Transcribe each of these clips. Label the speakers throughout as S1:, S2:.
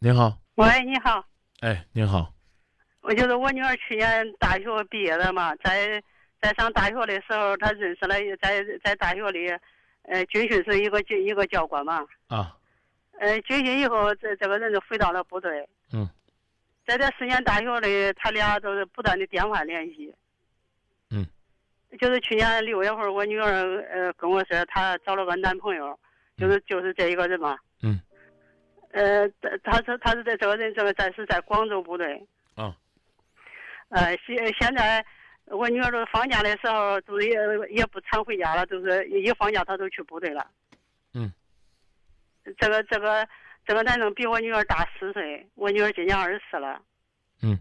S1: 您好，
S2: 喂，你好，
S1: 哎，您好，
S2: 我就是我女儿去年大学毕业了嘛，在在上大学的时候，她认识了一在在大学里，呃，军训是一个军一个教官嘛，
S1: 啊，
S2: 呃，军训以后，这这个人就回到了部队。
S1: 嗯。
S2: 在这四年大学里，他俩都是不断的电话联系。
S1: 嗯。
S2: 就是去年六月份，我女儿呃跟我说，她找了个男朋友，就是就是这一个人嘛。
S1: 嗯。
S2: 呃，他他是他是在这个人这个暂时在广州部队。
S1: 啊。
S2: 呃，现现在我女儿都放假的时候，就是也也不常回家了，就是一一放假她都去部队了。这个这个这个男生比我女儿大十岁，我女儿今年二十四了。
S1: 嗯。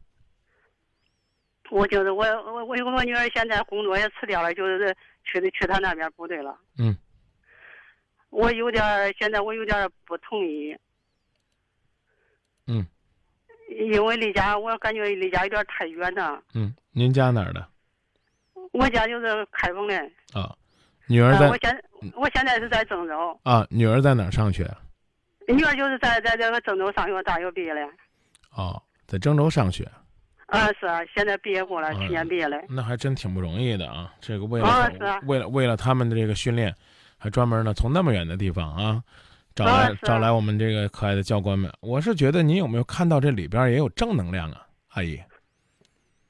S2: 我就是我我我我女儿现在工作也辞掉了，就是去的去他那边部队了。
S1: 嗯。
S2: 我有点儿现在我有点儿不同意。
S1: 嗯。
S2: 因为离家我感觉离家有点儿太远了，
S1: 嗯，您家哪儿的
S2: 我家就是开封的，
S1: 啊？女儿在、
S2: 呃我现我现在是在郑州，
S1: 啊，女儿在哪儿上学？
S2: 女儿就是在在这个郑州上学，大学毕业的。
S1: 哦，在郑州上学，
S2: 啊，是啊，现在毕业过了，去年毕业的。
S1: 那还真挺不容易的啊。这个为了、
S2: 啊是啊
S1: 为了为了他们的这个训练，还专门呢从那么远的地方啊，找来、
S2: 啊是啊
S1: 找来我们这个可爱的教官们。我是觉得您有没有看到这里边也有正能量啊，阿姨？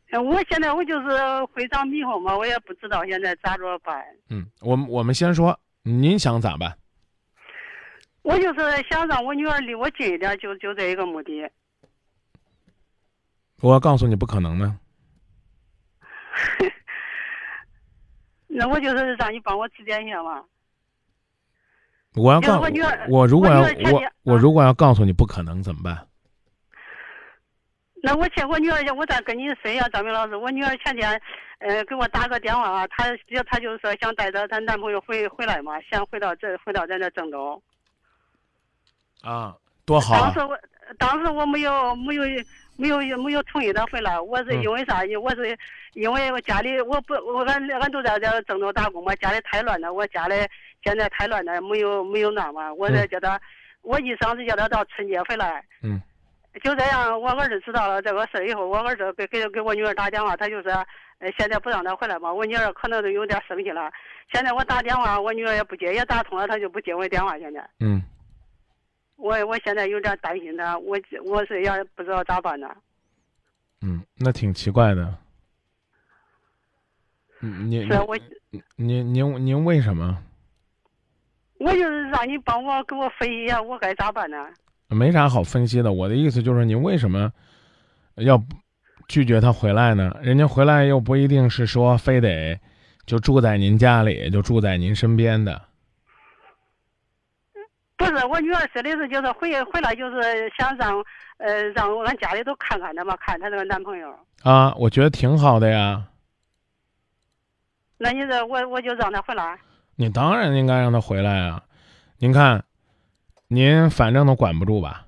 S2: 哎我现在我就是会长迷糊嘛，我也不知道现在咋着办。
S1: 嗯，我们我们先说，您想咋办？
S2: 我就是想让我女儿离我近一点，就就这一个目的。
S1: 我告诉你，不可能的。
S2: 那我就是让你帮我指点一下嘛。
S1: 我要
S2: 就是
S1: 告
S2: 我女儿
S1: 我如果
S2: 我
S1: 要
S2: 女儿前
S1: 我
S2: 几
S1: 我
S2: 啊
S1: 如果要告诉你不可能怎么办？
S2: 那我前我女儿，我再跟你说一下，张明老师，我女儿前天，呃，给我打个电话，她她就是说想带着她男朋友回回来嘛，想回到这回到咱这郑州。
S1: 啊，多好
S2: 当
S1: 啊
S2: 时！我当时我没有没有没有没有同意他回来，我是
S1: 嗯
S2: 因为啥？因为我是因为我家里我不我俺俺都在这郑州打工嘛，家里太乱了，我家里现在太乱了，没有没有那嘛，我是叫他，我一上是叫他到春节回来。
S1: 嗯。
S2: 就这样，我儿子知道了这个事儿以后，我儿子给给给我女儿打电话，他就说，呃，现在不让他回来嘛。我女儿可能都有点生气了。现在我打电话，我女儿也不接，也打通了，她就不接我电话。现在。
S1: 嗯
S2: 我我现在有点担心他，我我是要不知道咋办呢。
S1: 嗯，那挺奇怪的。嗯您
S2: 是啊我
S1: 您您您为什么？
S2: 我就是让你帮我给我分析一下，我该咋办呢？
S1: 没啥好分析的。我的意思就是，您为什么要拒绝他回来呢？人家回来又不一定是说非得就住在您家里，就住在您身边的。
S2: 不是，我女儿说的是，就是回回来就是想让呃让俺家里都看看他嘛，看她这个男朋友。
S1: 啊，我觉得挺好的呀。
S2: 那你说我我就让他回来。
S1: 你当然应该让他回来啊！您看，您反正都管不住吧？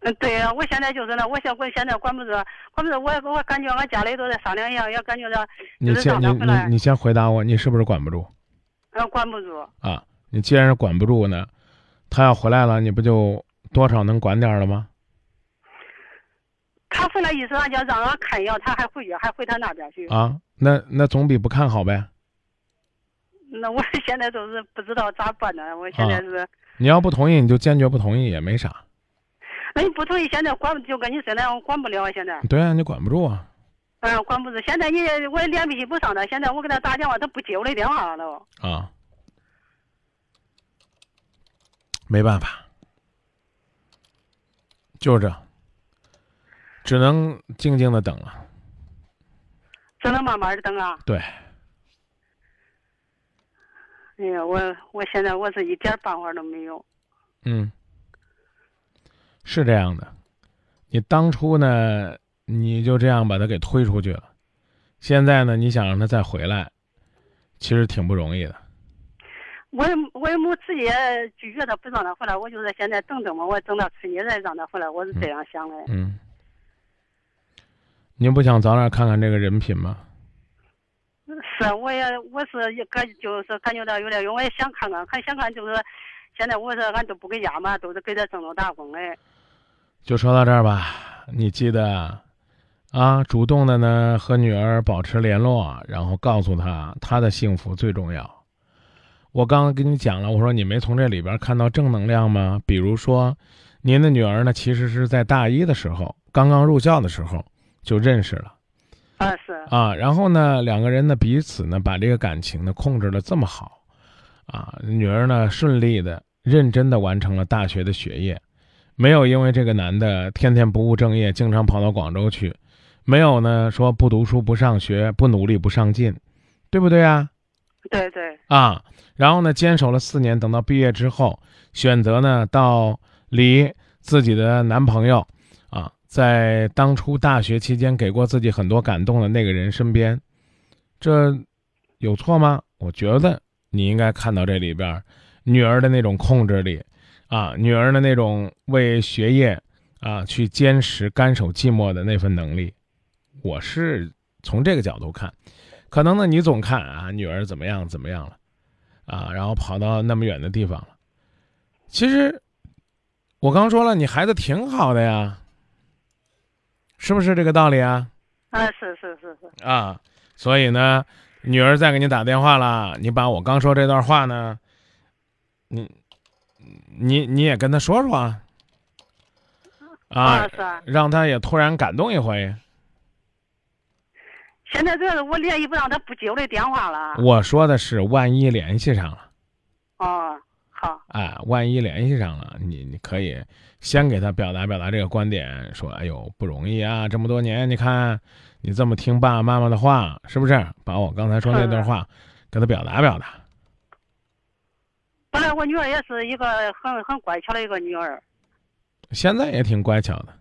S2: 嗯，对呀、我现在就是那，我现我现在管不着，管不着，我也我感觉俺家里都在商量一下，也感觉到
S1: 你
S2: 就是
S1: 先
S2: 让
S1: 你
S2: 他回
S1: 你
S2: 来
S1: 你先回答我，你是不是管不住
S2: 呃管不住。
S1: 啊？你既然是管不住呢，他要回来了，你不就多少能管点儿了吗？
S2: 他回来意思俺就让俺看一下，他还回去，还回他那边去。
S1: 啊，那那总比不看好呗。
S2: 那我现在都是不知道咋办呢，我现在是。
S1: 你要不同意，你就坚决不同意也没啥。
S2: 那你哎不同意，现在管就跟你说那样，管不了啊现在，
S1: 对啊，你管不住啊
S2: 嗯，管不住。现在你我也联系不上他，现在我给他打电话，他不接我的电话了。
S1: 啊，没办法，就这，只能静静的等了。
S2: 只能慢慢的等啊。
S1: 对。
S2: 哎呀，我我现在我是一点办法都没有。
S1: 嗯，是这样的，你当初呢，你就这样把他给推出去了，现在呢，你想让他再回来，其实挺不容易的。
S2: 我也我也没直接拒绝他，不让他回来，我就是现在等等嘛，我等到春节再让他回来，我是这样想的。
S1: 嗯，您不想早点看看这个人品吗？
S2: 是，啊我也我是也感就是感觉到有点用，我也想看看，看想看就是，现在我是俺都不给家嘛，都是给在郑州打工的。
S1: 就说到这儿吧。你记得啊，主动的呢和女儿保持联络，然后告诉她她的幸福最重要。我刚刚跟你讲了，我说你没从这里边看到正能量吗？比如说，您的女儿呢，其实是在大一的时候，刚刚入校的时候就认识了
S2: 啊是
S1: 啊。然后呢，两个人呢彼此呢把这个感情呢控制的这么好，啊，女儿呢顺利的、认真的完成了大学的学业，没有因为这个男的天天不务正业，经常跑到广州去，没有呢说不读书、不上学、不努力、不上进，对不对啊？
S2: 对对
S1: 啊，然后呢，坚守了四年，等到毕业之后，选择呢到离自己的男朋友啊，在当初大学期间给过自己很多感动的那个人身边，这有错吗？我觉得你应该看到这里边儿女儿的那种控制力啊，女儿的那种为学业啊去坚持、甘守寂寞的那份能力，我是从这个角度看。可能呢，你总看啊，女儿怎么样怎么样了，啊，然后跑到那么远的地方了。其实，我刚说了，你孩子挺好的呀，是不是这个道理啊？
S2: 啊是是是是
S1: 啊，所以呢，女儿再给你打电话了，你把我刚说这段话呢，你，你你也跟她说说啊，啊，
S2: 是啊。
S1: 让她也突然感动一回。
S2: 现在这个我联系不上他不接我的电话了。
S1: 我说的是，万一联系上了。
S2: 哦，好，
S1: 哎，万一联系上了，你你可以先给他表达表达这个观点，说：“哎呦，不容易啊，这么多年，你看你这么听爸爸妈妈的话，是不是？把我刚才说那段话给他表达表达。
S2: 本来我女儿也是一个很很乖巧的一个女儿，
S1: 现在也挺乖巧的，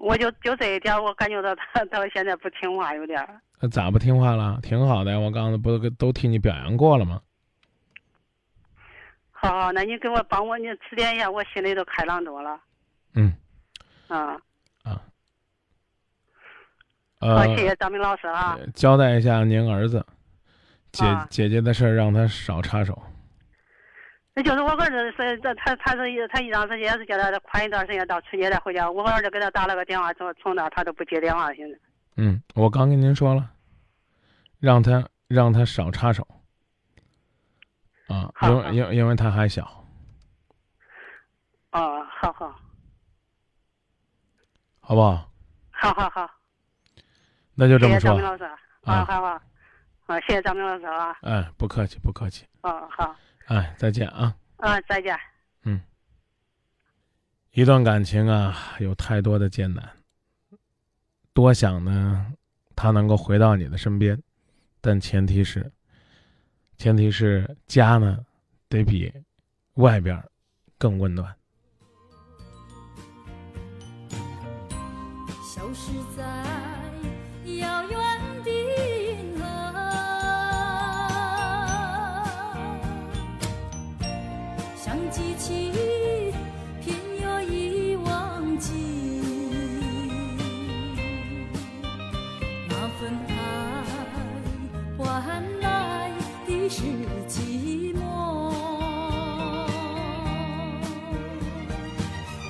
S2: 我就就这一点，我感觉到她她现在不听话有点儿。
S1: 那咋不听话了？挺好的呀，我刚才不都都替你表扬过了吗？
S2: 好好，那你给我帮我，你指点一下，我心里都开朗多了。
S1: 嗯，
S2: 嗯，好，
S1: 呃
S2: 谢，谢张明老师啊。
S1: 交代一下您儿子，姐
S2: 啊
S1: 姐姐的事儿让他少插手。
S2: 那就是我儿子是这他他是一他一段时间是叫他宽一段时间到春节再回家，我儿子给他打了个电话，从从那他都不接电话，现在
S1: 嗯，我刚跟您说了，让他让他少插手。啊，
S2: 好
S1: 因
S2: 好
S1: 为因为因为他还小，
S2: 哦，好好，
S1: 好不好？
S2: 好好好，
S1: 那就
S2: 谢
S1: 这么
S2: 谢
S1: 说
S2: 张明。老师啊，
S1: 啊
S2: 好好，啊，谢谢张明老师啊，
S1: 哎，不客气，不客气。
S2: 哦好，
S1: 哎，再见啊。
S2: 啊再见。
S1: 一段感情啊，有太多的艰难。多想呢，他能够回到你的身边，但前提是，前提是家呢得比外边儿更温暖。
S3: 消失在遥远的银河。想记起，偏又已忘记，那份爱换来的是寂寞。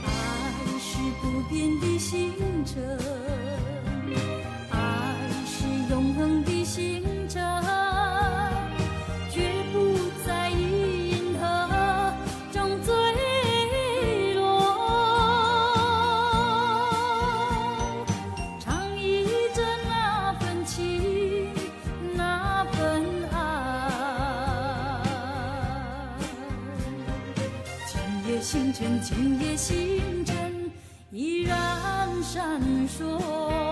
S3: 爱是不变的星辰，爱是永恒的星辰，绝不在银河中坠落。唱一着那份情，那份爱。今夜星辰，今夜星辰依然闪烁。